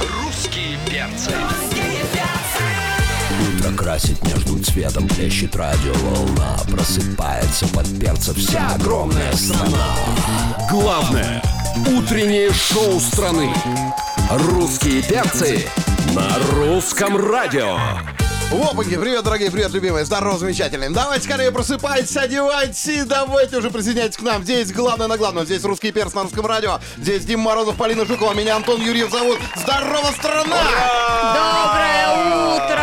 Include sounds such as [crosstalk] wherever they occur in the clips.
Русские перцы. Утро красит между цветом, плещет радиоволна Просыпается под перца вся огромная страна Главное утреннее шоу страны. Русские перцы На русском радио. Опаньки, привет, дорогие, привет, любимые, здорово, замечательные. Давайте скорее просыпайтесь, одевайтесь и давайте уже присоединяйтесь к нам. Здесь главное на главном, здесь русский перс на русском радио. Здесь Дима Морозов, Полина Жукова, меня Антон Юрьев зовут. Здорово, страна! Доброе утро!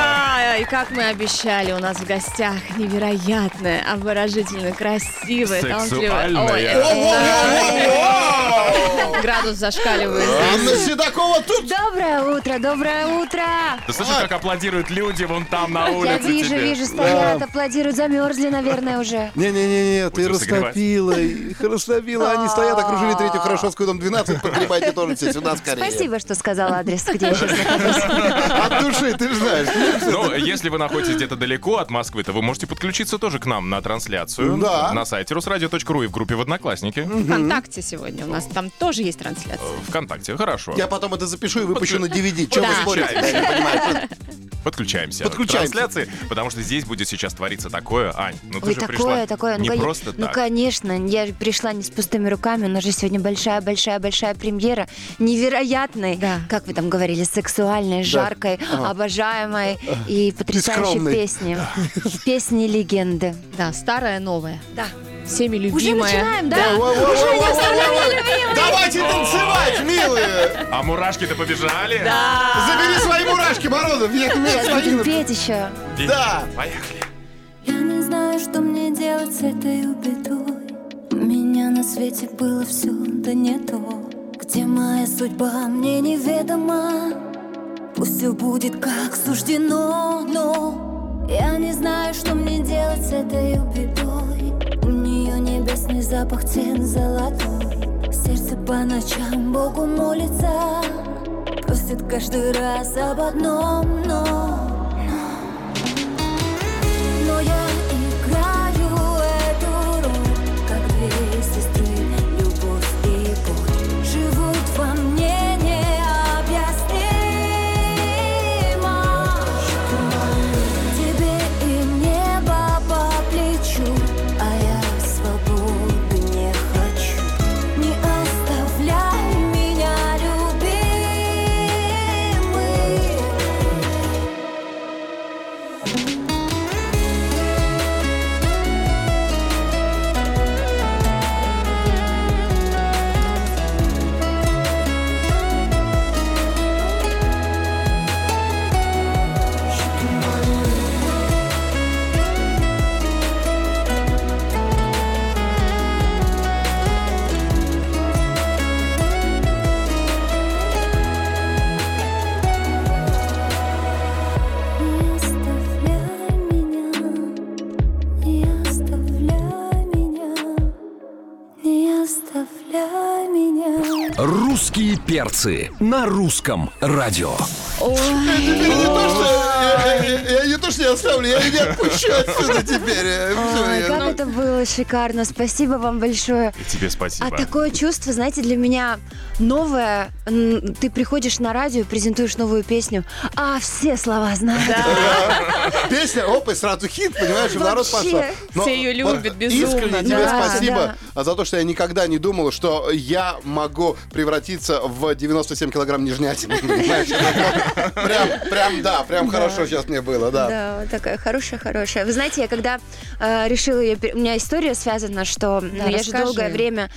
И как мы обещали, у нас в гостях невероятная, обворожительно красивая, талантливая... Ой, Сексуальная. это [laughs] да. Градус зашкаливает. Анна Седокова тут! Доброе утро, доброе утро! Ты слышишь, как аплодируют люди вон там на Я улице вижу, тебе? вижу, стоят, аплодируют, замерзли, наверное, уже. Не-не-не, ты Будем согревать. растопила, их растопила. Они стоят, окружили третью хорошевскую, дом 12, подгребайте тоже все сюда скорее. Спасибо, что сказала адрес, где я сейчас От души, ты же знаешь. Ну, если вы находитесь где-то далеко от Москвы, то вы можете подключиться тоже к нам на трансляцию. Да. На сайте rusradio.ru и в группе в Одноклассники. Вконтакте сегодня у нас там тоже есть трансляция. Вконтакте. Хорошо. Я потом это запишу и выпущу на DVD. Чего вы Да. спорите? Я не понимаю. Подключаемся. Подключаемся. К трансляции, потому что здесь будет сейчас твориться такое, Ань. Ну ты Ой, же пришла такое, такое. не кон- просто ну, так. конечно, я же пришла не с пустыми руками. У нас же сегодня большая-большая-большая премьера. Невероятной, Да. как вы там говорили, сексуальной, жаркой, обожаемой и потрясающей скромной. песни. Песни легенды. Да, старая, новая. Да. Всеми Уже любимая. начинаем, да? Уже не оставляем любимых. Давайте танцевать, милые! А мурашки-то побежали? Забери свои мурашки, Морозов! Я не Сейчас будем петь еще. И- Да. Поехали. Я не знаю, что мне делать с этой бедой У меня на свете было все, да нету Где моя судьба, мне неведома Пусть все будет как суждено, но Я не знаю, что мне делать с этой бедой У нее небесный запах, цен золотой Сердце по ночам Богу молится Просит каждый раз об одном, но но я играю эту роль, как две сестры, любовь и боль живут во мне необъяснимо. Тебе и небо по плечу, а я свободы не хочу. Не оставляй меня, любимый. Не оставляй меня, не оставляй меня, не оставляй меня. Русские перцы на русском радио Я не то, что- я- я- я- я не то, что не оставлю, я и не отпущу отсюда теперь. Э, всё, Ой, я- как ну, это было шикарно. Спасибо вам большое. И тебе спасибо. А такое чувство, знаете, для меня новое. М, Ты приходишь на радио, и презентуешь новую песню, а все слова знают. Песня, оп, и сразу хит, понимаешь, и в народ Вообще. пошел. Но Все её любят вот безумно, Искренне тебе да, спасибо да. а, за то, что я никогда не думал, что я могу превратиться в 97 килограмм нежнятины. понимаешь? Прям, прям, да, прям хорошо сейчас мне было, да. Да, вот такая хорошая-хорошая. Вы знаете, я когда э, решила ее... У меня история связана, что ну, я расскажи. же долгое время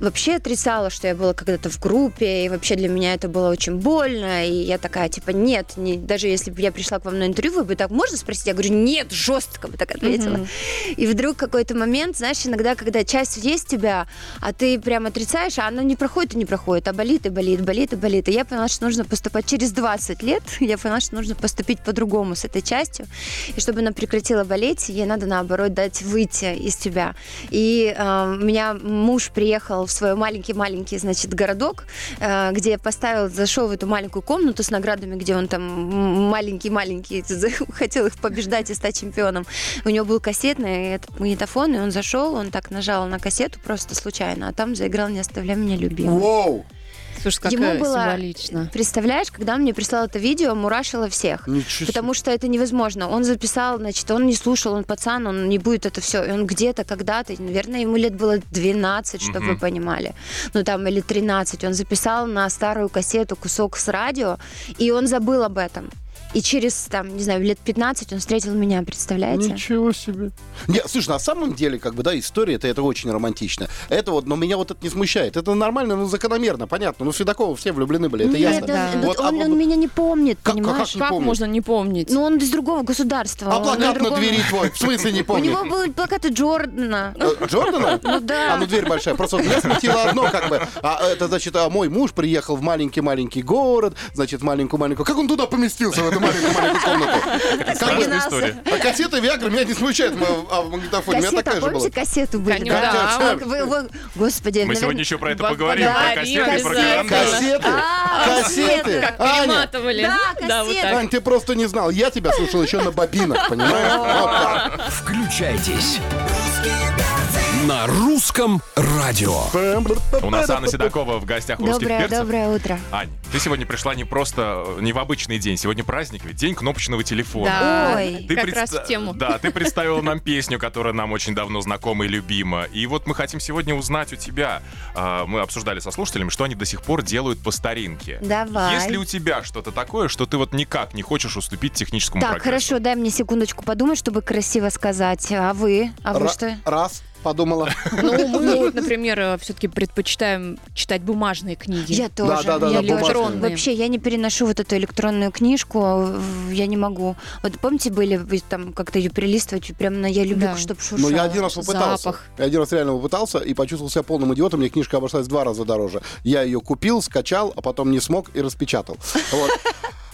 вообще отрицала, что я была когда-то в группе, и вообще для меня это было очень больно, и я такая, типа, нет, не- даже если бы я пришла к вам на интервью, вы бы так, можно спросить? Я говорю, нет, жестко бы так ответила. И вдруг какой-то момент, знаешь, иногда, когда часть есть тебя, а ты прям отрицаешь, а она не проходит и не проходит, а болит и болит, болит и болит. И я поняла, что нужно поступать через 20 лет, я поняла, что нужно поступить по-другому с этой частью. И чтобы она прекратила болеть, ей надо, наоборот, дать выйти из тебя. И э, у меня муж приехал в свой маленький-маленький, значит, городок, э, где поставил, зашел в эту маленькую комнату с наградами, где он там м, маленький-маленький, [laughs] хотел их побеждать и стать чемпионом. У него был кассетный этот магнитофон, и он зашел, он так нажал на кассету просто случайно, а там заиграл «Не оставляй меня любимым». Воу! Слушай, как Ему было- символично. Представляешь, когда он мне прислал это видео, мурашило всех. Ничего себе. Потому что это невозможно. Он записал, значит, он не слушал, он пацан, он не будет это все. И он где-то, когда-то, наверное, ему лет было 12, чтобы вы понимали. Ну, там, или 13. Он записал на старую кассету кусок с радио, и он забыл об этом. И через, там, не знаю, лет 15 он встретил меня, представляете? Ничего себе. Не, слушай, на самом деле, как бы, да, история это, это очень романтично. Это вот, но меня вот это не смущает. Это нормально, ну, закономерно, понятно. Ну, Федакова все влюблены были, это Нет, ясно. Ну, он, Вот, а он- вот- он меня не помнит, Как- как- понимаешь? не Как помню. можно не помнить? Ну, он из другого государства. а он плакат на другом- двери твой, в смысле не [laughs] У помню? него были плакаты Джордана. Э, Джордана? [laughs] Ну да. А, ну дверь большая. Просто вот меня смутило одно, как бы. А это значит, а мой муж приехал в маленький-маленький город, значит, в маленькую-маленькую. Как он туда поместился, в эту маленькую-маленькую [laughs] комнату? Как бы- Странная история. А кассета Виагра меня не смущает м- а в магнитофоне. У меня Кассета, такая же была. помните, кассету были? Конечно, да. Как- вы- вы- Господи, Мы наверное- сегодня еще про это Бо- поговорим. Про подарили, кассеты, и про кассеты. карандаши. Кассеты? А, Кассеты? кассеты. Аня, Перематывали. Да, вот кассеты. так. Ань, ты просто не знал. Я тебя слушал еще на бобинах, понимаешь? Вот так. Включайтесь. На русском радио. У нас Анна Седокова в гостях у русских Доброе, перцев. доброе утро. Ань, ты сегодня пришла не просто, э, не в обычный день, сегодня праздник, ведь день кнопочного телефона. Да, Ой. Ты как предста- раз в тему. Да, ты представила нам песню, которая нам очень давно знакома и любима. И вот мы хотим сегодня узнать у тебя, а, мы обсуждали со слушателями, что они до сих пор делают по старинке. Давай. Есть ли у тебя что-то такое, что ты вот никак не хочешь уступить техническому Так, прогрессу? хорошо, дай мне секундочку подумать, чтобы красиво сказать. А вы? А вы Ра- что? Раз, подумала. [laughs] Ну, мы, вот, например, все-таки предпочитаем читать бумажные книги. Я тоже. да, да, я да, тоже. бумажные. Вообще, я не переношу вот эту электронную книжку, в- я не могу. Вот помните, были вы там как-то ее перелистывать, и прям на я люблю, Да. чтобы шуршало. Ну, я один раз попытался. запах. Я один раз реально попытался и почувствовал себя полным идиотом. Мне книжка обошлась в два раза дороже. Я ее купил, скачал, а потом не смог и распечатал. Вот.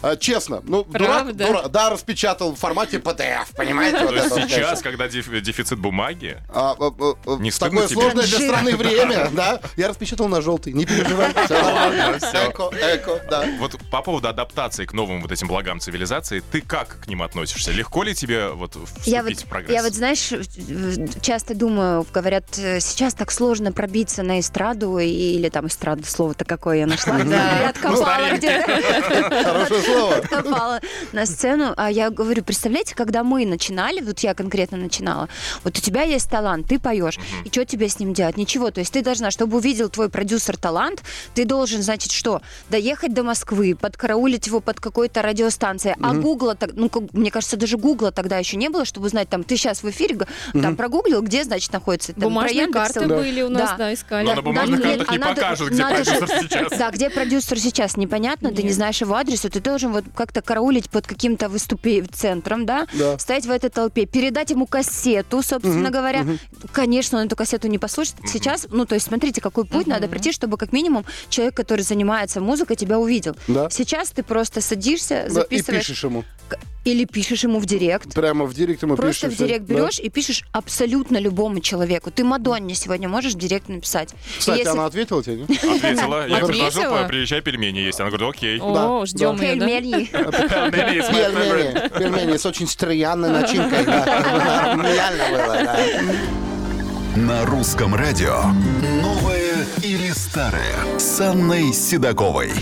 А, Честно, ну, дурак, Правда? дурак. да, распечатал в формате PDF, понимаете? вот То есть это вот, конечно. сейчас, когда деф- дефицит бумаги, А, а, а, а, Не в стыдно такое тебе? сложное для Жир. страны время, да? Я распечатал на желтый, не переживай. всё нормально. всё. Эко, эко, да. вот по поводу адаптации к новым вот этим благам цивилизации, ты как к ним относишься? Легко ли тебе вот вступить Я вот, в прогресс? я вот, знаешь, в- часто думаю, говорят, э, сейчас так сложно пробиться на эстраду, и- или там эстрада, слово-то какое [laughs] я нашла. Я Ну, откопала где-то. Хорошее слово. Откопала на сцену. А я говорю, представляете, когда мы начинали, вот я конкретно начинала, вот у тебя есть талант, ты поешь, и что тебе с ним делать? Ничего. То есть ты должна, чтобы увидел твой продюсер талант, ты должен, значит, что? Доехать до Москвы, подкараулить его под какой-то радиостанцией. А Гугла, так- ну, как- мне кажется, даже Гугла тогда еще не было, чтобы узнать, там, ты сейчас в эфире, г- там, прогуглил, где, значит, находится. Там, про Бумажные Яндекс карты там. были у нас, да, искали. Но на бумажных даже- картах не а надо- покажут, где надо же- продюсер сейчас. [laughs] Да, где продюсер сейчас, непонятно, ты не знаешь его адреса, ты должен вот как-то караулить под каким-то выступи центром, да, Да. стоять в этой толпе, передать ему кассету, собственно говоря. Конечно, он эту кассету не послушает. Сейчас, ну, то есть смотрите, какой путь надо прийти, чтобы как минимум человек, который занимается музыкой, тебя увидел. Да. Сейчас ты просто садишься, Да, И записываешь пишешь ему. к- или пишешь ему в директ. Прямо в директ ему Ну, пишешь. Просто в всё. директ Да. берешь и пишешь абсолютно любому человеку. Ты Мадонне сегодня можешь в директ написать. И Кстати, если она ответила [laughs] тебе, не? Ответила. Я предложил, Ответила? приезжай, пельмени есть. Она говорит, окей. О, Да, ждем Хель ее, Мэри. [laughs] Пельмени is my favorite. Пельмени. Пельмени с очень строянной начинкой. да. Ну Нормально было, да. На русском радио. Новое или старое с Анной Седоковой. да?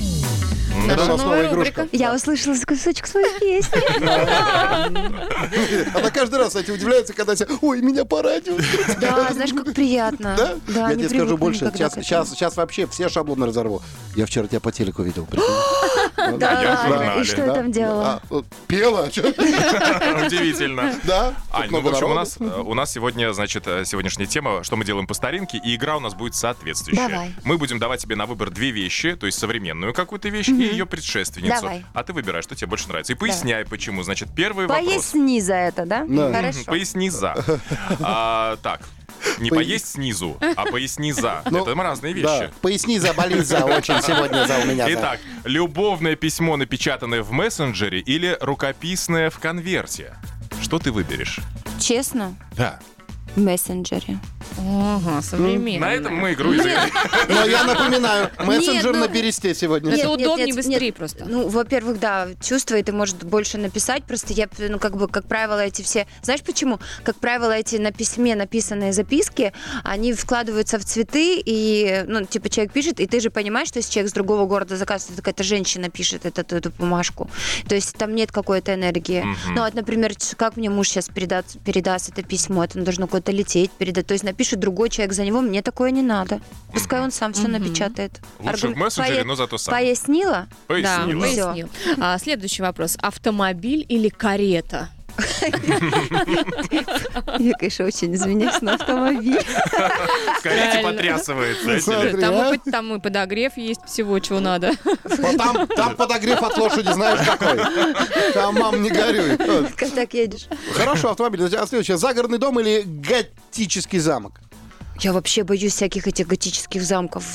у Наша нас новая новая игрушка. рубрика. Я услышала кусочек своей песни. Она каждый раз, кстати, удивляется, когда тебя, ой, меня по радио. слышат». Да, знаешь, как приятно. Да? [laughs] Да, Я не тебе скажу привыкла больше. никогда Сейчас, к этому. сейчас, сейчас вообще все шаблоны разорву. Я вчера тебя по телеку видел. прикинь? [laughs] Да, Я в ладно, журнале, И что я Да? там делала? А, э, Пела? чё? [laughs] Удивительно. Да? Ань, Тут ну, в много общем, у народу. нас, э, у нас сегодня, значит, э, сегодняшняя тема, что мы делаем по старинке, и игра у нас будет соответствующая. Давай. Мы будем давать тебе на выбор две вещи, то есть современную какую-то вещь и ее предшественницу. Давай. А ты выбираешь, что тебе больше нравится. И поясняй, почему. Значит, первый вопрос. Поясни за это, да? Да. Мгм, Хорошо. Поясни за. [laughs] А, Так, не Пояс- поесть снизу, а поясни за. Ну, Это разные Да. вещи. Поясни за, болит за очень сегодня за у меня. за. Итак, любовное письмо, напечатанное в мессенджере или рукописное в конверте? Что ты выберешь? Честно? Да. мессенджере. Ага, современно. На этом мы игру и завершим. Но я напоминаю, мессенджер ну- на пересте сегодня. Нет. Это удобнее, быстрее просто. Ну, во-первых, да, чувство, и ты можешь больше написать. Просто я, ну, как бы, как правило, эти все... Знаешь почему? Как правило, эти на письме написанные записки, они вкладываются в цветы, и, ну, типа, человек пишет, и ты же понимаешь, что если человек с другого города заказывает, какая-то женщина пишет эту, эту бумажку. То есть там нет какой-то энергии. Ну, вот, например, ч- как мне муж сейчас передаст, передаст это письмо? Это должно куда-то лететь, передать. То есть напишет другой человек за него, мне такое не надо. Пускай он сам все напечатает. Лучше в Аргум- мессенджере, Пое- но зато сам. Пояснила? Да, Пояснила. выяснил. А, следующий вопрос. Автомобиль или карета? Я, конечно, очень извиняюсь, но автомобиль. Корейцы Правильно. потрясывает, знаете ли. Смотри, Там, а? и, под- там и подогрев есть всего, чего надо. [laughs] Вот Ну, Там, там подогрев от лошади, знаешь какой. Там, мам, не горюй. Вот. Как так едешь? Хорошо, автомобиль. У тебя следующее. Загородный дом или готический замок? Я вообще боюсь всяких этих готических замков.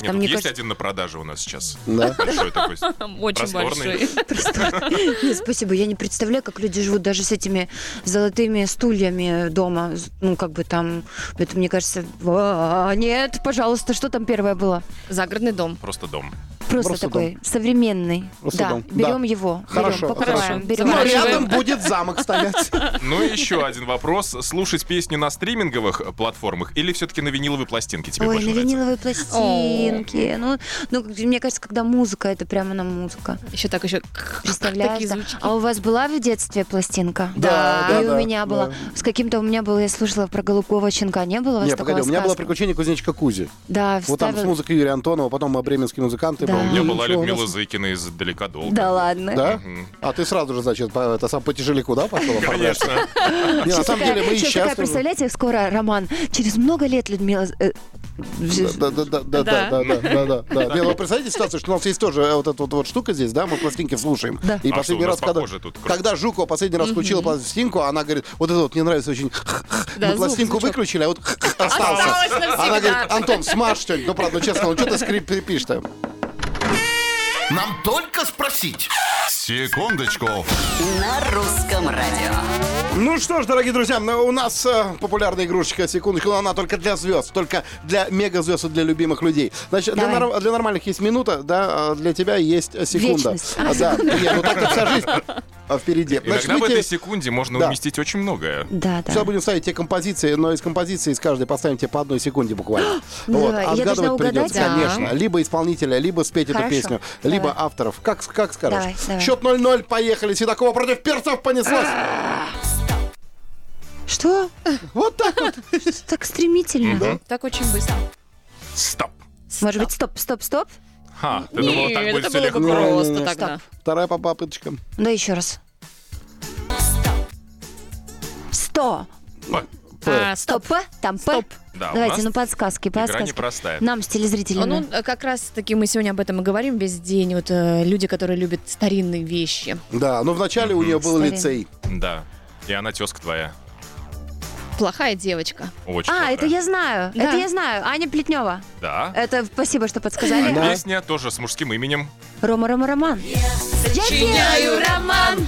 Нет, Там, тут мне ну, есть кажется, один на продаже у нас сейчас. Да. Большой такой. Очень Просторный. большой. Нет, спасибо, я не представляю, как люди живут даже с этими золотыми стульями дома. Ну, как бы там, это мне кажется, «А, нет, пожалуйста, что там первое было? Загородный дом. Просто дом. Просто, Просто такой современный. Просто да, дом. берем Да. его, Хорошо, берем, покрываем, хорошо. берем. Но Хорошо. Ну, рядом будет замок [laughs] стоять. Ну и еще один вопрос. Слушать песню на стриминговых платформах или все-таки на виниловой пластинке тебе Ой, больше на нравится? виниловые пластинки. Ну, ну, мне кажется, когда музыка, это прямо на музыка. Еще так еще. Представляешь, Такие да. звучки. А у вас была в детстве пластинка? Да, да, и да, у меня была. да. С каким-то у меня было, я слушала про голубого щенка. Не было у вас Не, такого погоди, у меня было сказка? приключение кузнечика Кузи. Да, Вот там с вставил- музыкой Юрия Антонова, потом мы бременские музыканты. Да. были. У меня Ну, была Ничего, Людмила у нас- Зыкина из «Далека долго». Да ладно. Да? А ты сразу же, значит, по, это сам по тяжеляку, да, пошел оформлять? Конечно. Не, на Сейчас самом такая- деле мы и сейчас такая, сейчас... тоже- представляете, скоро роман. Через много лет Людмила... э, Да, да, да, да, да, да, да, да, да. Не, ну, вы представляете ситуацию, что у нас есть тоже э, вот эта вот, вот штука здесь, да, мы пластинки слушаем. Да. И А что, у последний нас раз, когда, похоже тут? когда Жукова последний раз включила пластинку, она говорит, вот это вот мне нравится очень. [laughs] Да, мы звук, пластинку звучок. выключили, а вот [laughs] остался. Осталось Она говорит, навсегда. Антон, смажь что-нибудь, ну правда, ну, честно, ну что ты скрипишь-то? Нам только спросить. Секундочку. На русском радио. Ну что ж, дорогие друзья, ну, у нас э, популярная игрушечка, секундочку, но она только для звезд, только для мега-звезд и для любимых людей. Значит, для, Давай. нор- для нормальных есть минута, да, а для тебя есть э, секунда. Вечность. А, да, нет, ну так-то вся [laughs] жизнь а, впереди. Значит, мы Иногда в тебе- этой секунде можно Да. уместить очень многое. Да, да. Сейчас будем ставить те композиции, но из композиции из каждой поставим тебе по одной секунде буквально. [gasps] Ну, Вот, давай. Я Отгадывать должна придется, угадать? конечно. Либо исполнителя, либо спеть эту Хорошо. песню, либо Давай. авторов. Как, как скажешь. Давай, давай. А! Счет 0-0, поехали. Седокова против перцев понеслось. Что? [laughs] вот так [laughs] вот. Так стремительно. Так очень быстро. Стоп. Может быть, стоп, стоп, стоп? Ха, ты думала, так Нет, будет это все было бы легко. просто тогда. Ну, Вторая по папочкам. Да еще раз. Сто. Э. А, стоп. Стоп. П? Там П. Стоп. Да, у Давайте, нас ну подсказки, Игра подсказки. непростая. Нам с телезрителями. Ну, э, как раз таки мы сегодня об этом и говорим весь день. Вот э, люди, которые любят старинные вещи. Да, но вначале у нее был Старин. лицей. Да. И она тезка твоя. Плохая девочка. Очень А, крутая. это я знаю. Да. Это я знаю. Аня Плетнева. Да. Это спасибо, что подсказали. А песня тоже с мужским именем. Рома, Рома, Роман. Я Сочиняю роман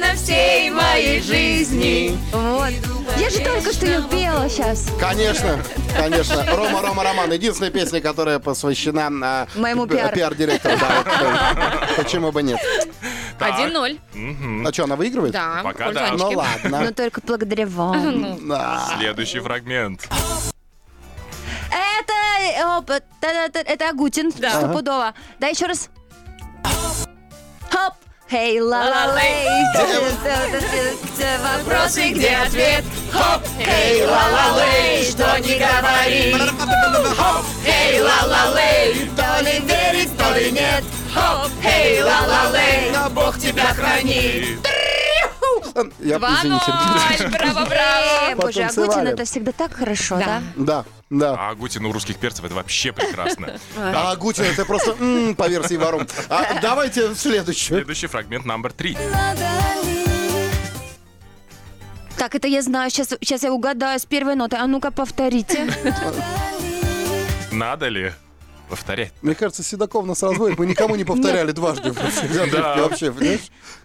на всей моей жизни. Вот. Я же только что ее пела сейчас. Конечно, конечно. Рома, Рома, Роман. Единственная песня, которая посвящена а, Моему п- пиар. пиар-директору. да, вот, э, [laughs] Почему бы нет? 1-0. Мгм. А что, она выигрывает? Да, Пока Оль да. Танечкина. Ну Но ладно. только благодаря вам. Да. Следующий фрагмент. Это... э, оп, та-та-та, Это Агутин, стопудово. Да, еще раз. Хоп. Хей, ла-ла, лей. Где Вопрос и где ответ? Хоп. Хей, ла-ла, лей. Что не говори. Хоп. Хей, ла-ла, лей. То ли верить, то ли нет. Хоп. Хей, ла-ла, лей. Бог тебя храни. Я, извините. 2-0. Браво, браво. Э, Боже, Потанцевали. Агутин это всегда так хорошо, да? Да, да. А Агутин у русских перцев это вообще прекрасно. А Агутин это просто м, по версии вором. А, Давайте следующую. Следующий фрагмент номер три. Так, это я знаю. Сейчас, сейчас я угадаю с первой ноты. А ну-ка, повторите. Надо ли? повторять. Мне кажется, Седоков нас разводит. Мы никому не повторяли дважды. Да. Вообще, понимаешь?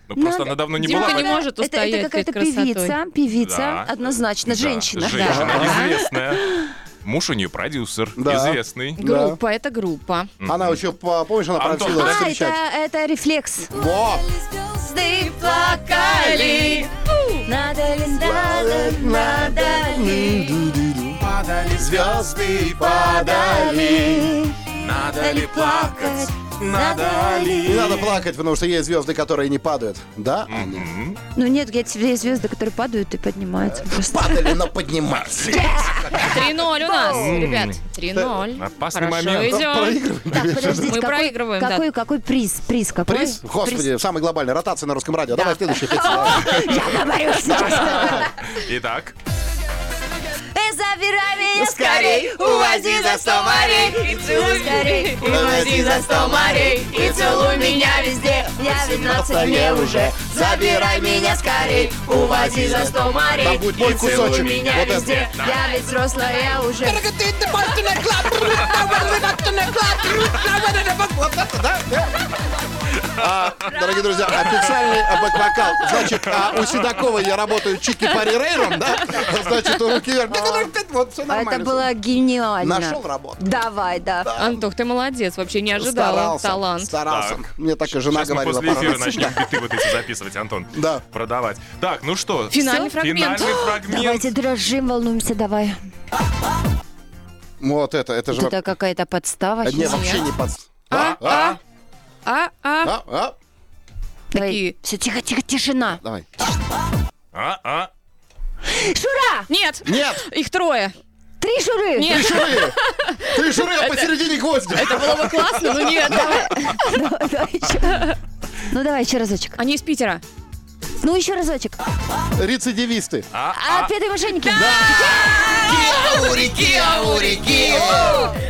Ну, просто она давно не была. Димка не поэтому- может Это- устоять Это, какая-то перед красотой. певица, певица, Да. однозначно, Да, женщина. Женщина, Да. известная. Муж у нее продюсер, Да. известный. Группа, это группа. Она еще, по- помнишь, она Антон, просила да? А, это, встречать. это рефлекс. Во! Звезды плакали, надо ли, надо, надо ли, Падали звезды, падали. надо ли плакать, надо ли. Не надо плакать, потому что есть звезды, которые не падают. Да, Аня? Ну нет, я тебе звезды, которые падают и поднимаются просто. Падали, но поднимались. 3-0 у нас, ребят. 3-0. Э, Опасный Хорошо момент. идем. Так, подождите, Мы какой- проигрываем, да. Какой, какой приз? Приз какой? Приз? Господи, самый глобальный. Ротация на русском радио. Давай следующий. Петя. [laughs] Я говорю, что Итак, Э, забирай меня Скорей, увози за сто морей, и целуй Скорей, увози за сто морей, и целуй меня везде. Я 15 мне уже. Забирай меня скорей, увози за сто Там морей. будет мой кусочек. Вот это. Я ведь взрослая уже. Дорогие друзья, официальный а, бэк-вокал. Значит, а, у Седокова я работаю чики пари рейром, да? А Значит, у руки вверх. ну, Вот все нормально. А Это было гениально. Нашел работу. Давай, да. Антох, ты молодец, вообще не ожидала Старался, талант. старался. Так. Мне так и жена сейчас мы говорила. после пару эфира раз. начнем биты вот эти записывать, Антон. [laughs] Да. Продавать. Так, ну что? Финальный всё? фрагмент. Финальный фрагмент. Давайте дрожим, волнуемся, давай. Вот это, это же... Это какая-то подстава. во- Не, сейчас. вообще не под... А, а, а, а. А, а, такие. Давай. Все, тихо, тихо, тишина. давай. А, а. Шура! Нет, Нет, их трое. Три шуры! Нет. ты шуры! Ты шуры, а посередине гвозди! Это было бы классно, но нет. Давай, [laughs] давай еще. Ну давай еще разочек. Они из Питера. Ну еще разочек. А, Рецидивисты. А, пятые мошенники.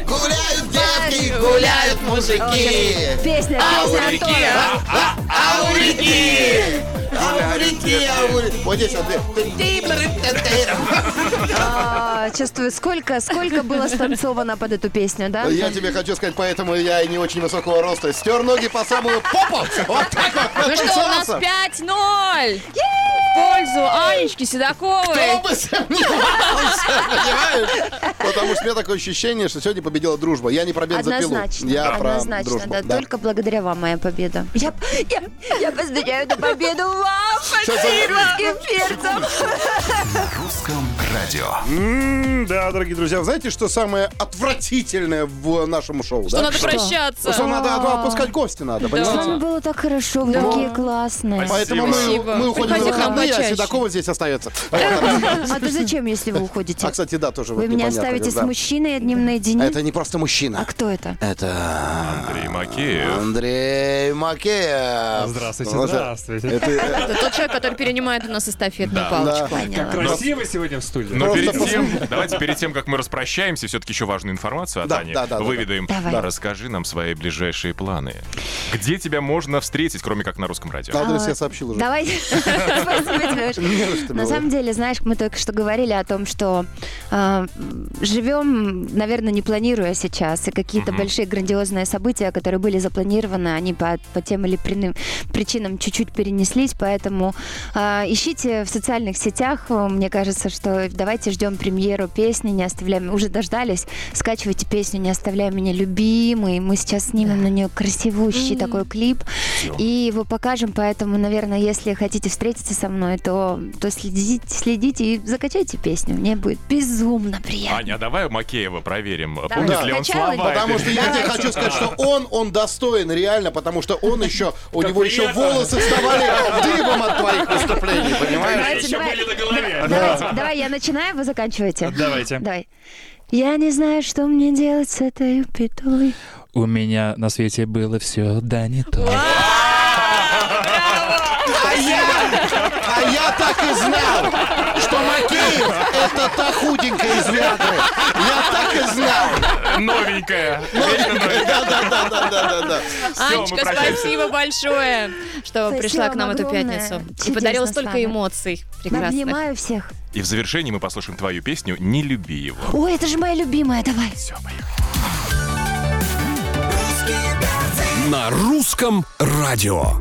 Гуляют девки, гуляют мужики. А Песня, песня Антона. Аурики! А Аурики, аурики. Вот здесь вот. А, Чувствую, сколько, сколько было станцовано под эту песню, да? Я тебе хочу сказать, поэтому я и не очень высокого роста. Стер ноги по самую попу. Вот так вот. Ну что, у нас 5-0. В пользу Анечки Седоковой. Кто бы сомневался, понимаешь? Потому что у меня такое ощущение, что сегодня победила дружба. Я не про бензопилу. Однозначно, Я про однозначно, дружбу. да, Только благодаря вам моя победа. Я, я, я поздравляю на победу вам, спасибо, русским перцам. М, Да, дорогие друзья, знаете, что самое отвратительное в нашем шоу? Что да? надо прощаться. Что надо отпускать гости надо, С понимаете? вами было так хорошо, вы такие классные. Поэтому мы, Спасибо. мы уходим на Приходите к нам выходные, а почаще. Седокова здесь остается. А то зачем, если вы уходите? А, кстати, да, тоже Вы вот меня непонятно, оставите с да. мужчиной одним наедине? Это не просто А мужчина. кто это? Это Андрей Макеев. Андрей Макеев. Здравствуйте, здравствуйте. Это э, Это тот человек, который перенимает у нас эстафетную палочку. Поняла. Красиво сегодня в студии. Но Просто перед тем, давайте перед тем, как мы распрощаемся, все-таки еще важную информацию от Да, Ани да, да, да, выведаем. да. Давай. Расскажи нам свои ближайшие планы. Где тебя можно встретить, кроме как на русском радио? адрес я сообщил уже. [laughs] А, Давай. Спасибо тебе. большое. Не за что, На милая. самом деле, знаешь, мы только что говорили о том, что э, живем, наверное, не планируя сейчас, и какие-то большие грандиозные события, которые были запланированы, они по, по тем или иным причинам чуть-чуть перенеслись, поэтому э, ищите в социальных сетях, Э, мне кажется, что давайте ждем премьеру песни «Не оставляй меня», уже дождались, скачивайте песню «Не оставляй меня, любимый», мы сейчас снимем на нее красивущий такой клип, и его покажем, поэтому, наверное, если хотите встретиться со мной, то, то следите, следите и закачайте песню, мне будет безумно приятно. Аня, а давай Макеева проверим, Давай. помнит Да. ли он Сначала слова. Потому этой что я тебе хочу сказать, что он, он достоин реально, потому что он еще, у него еще волосы вставали дыбом от твоих выступлений, понимаешь? Давайте, давай, давайте, давай, я начинаю, вы заканчиваете. Давайте. Давай. Я не знаю, что мне делать с этой пятой. У меня на свете было все, да не то. А я, а я так и знал, что Макеев это та худенькая из Виагры. Я так и знал. Новенькая. Да-да-да-да-да-да. Всё, мы Анечка, прощаемся. спасибо большое, что Спасибо пришла к нам эту огромное. пятницу. И Чудесно подарила с столько вами. эмоций прекрасных. Обнимаю всех. И в завершении мы послушаем твою песню «Не люби его». Ой, это же моя любимая, давай. Все, поехали. на русском радио.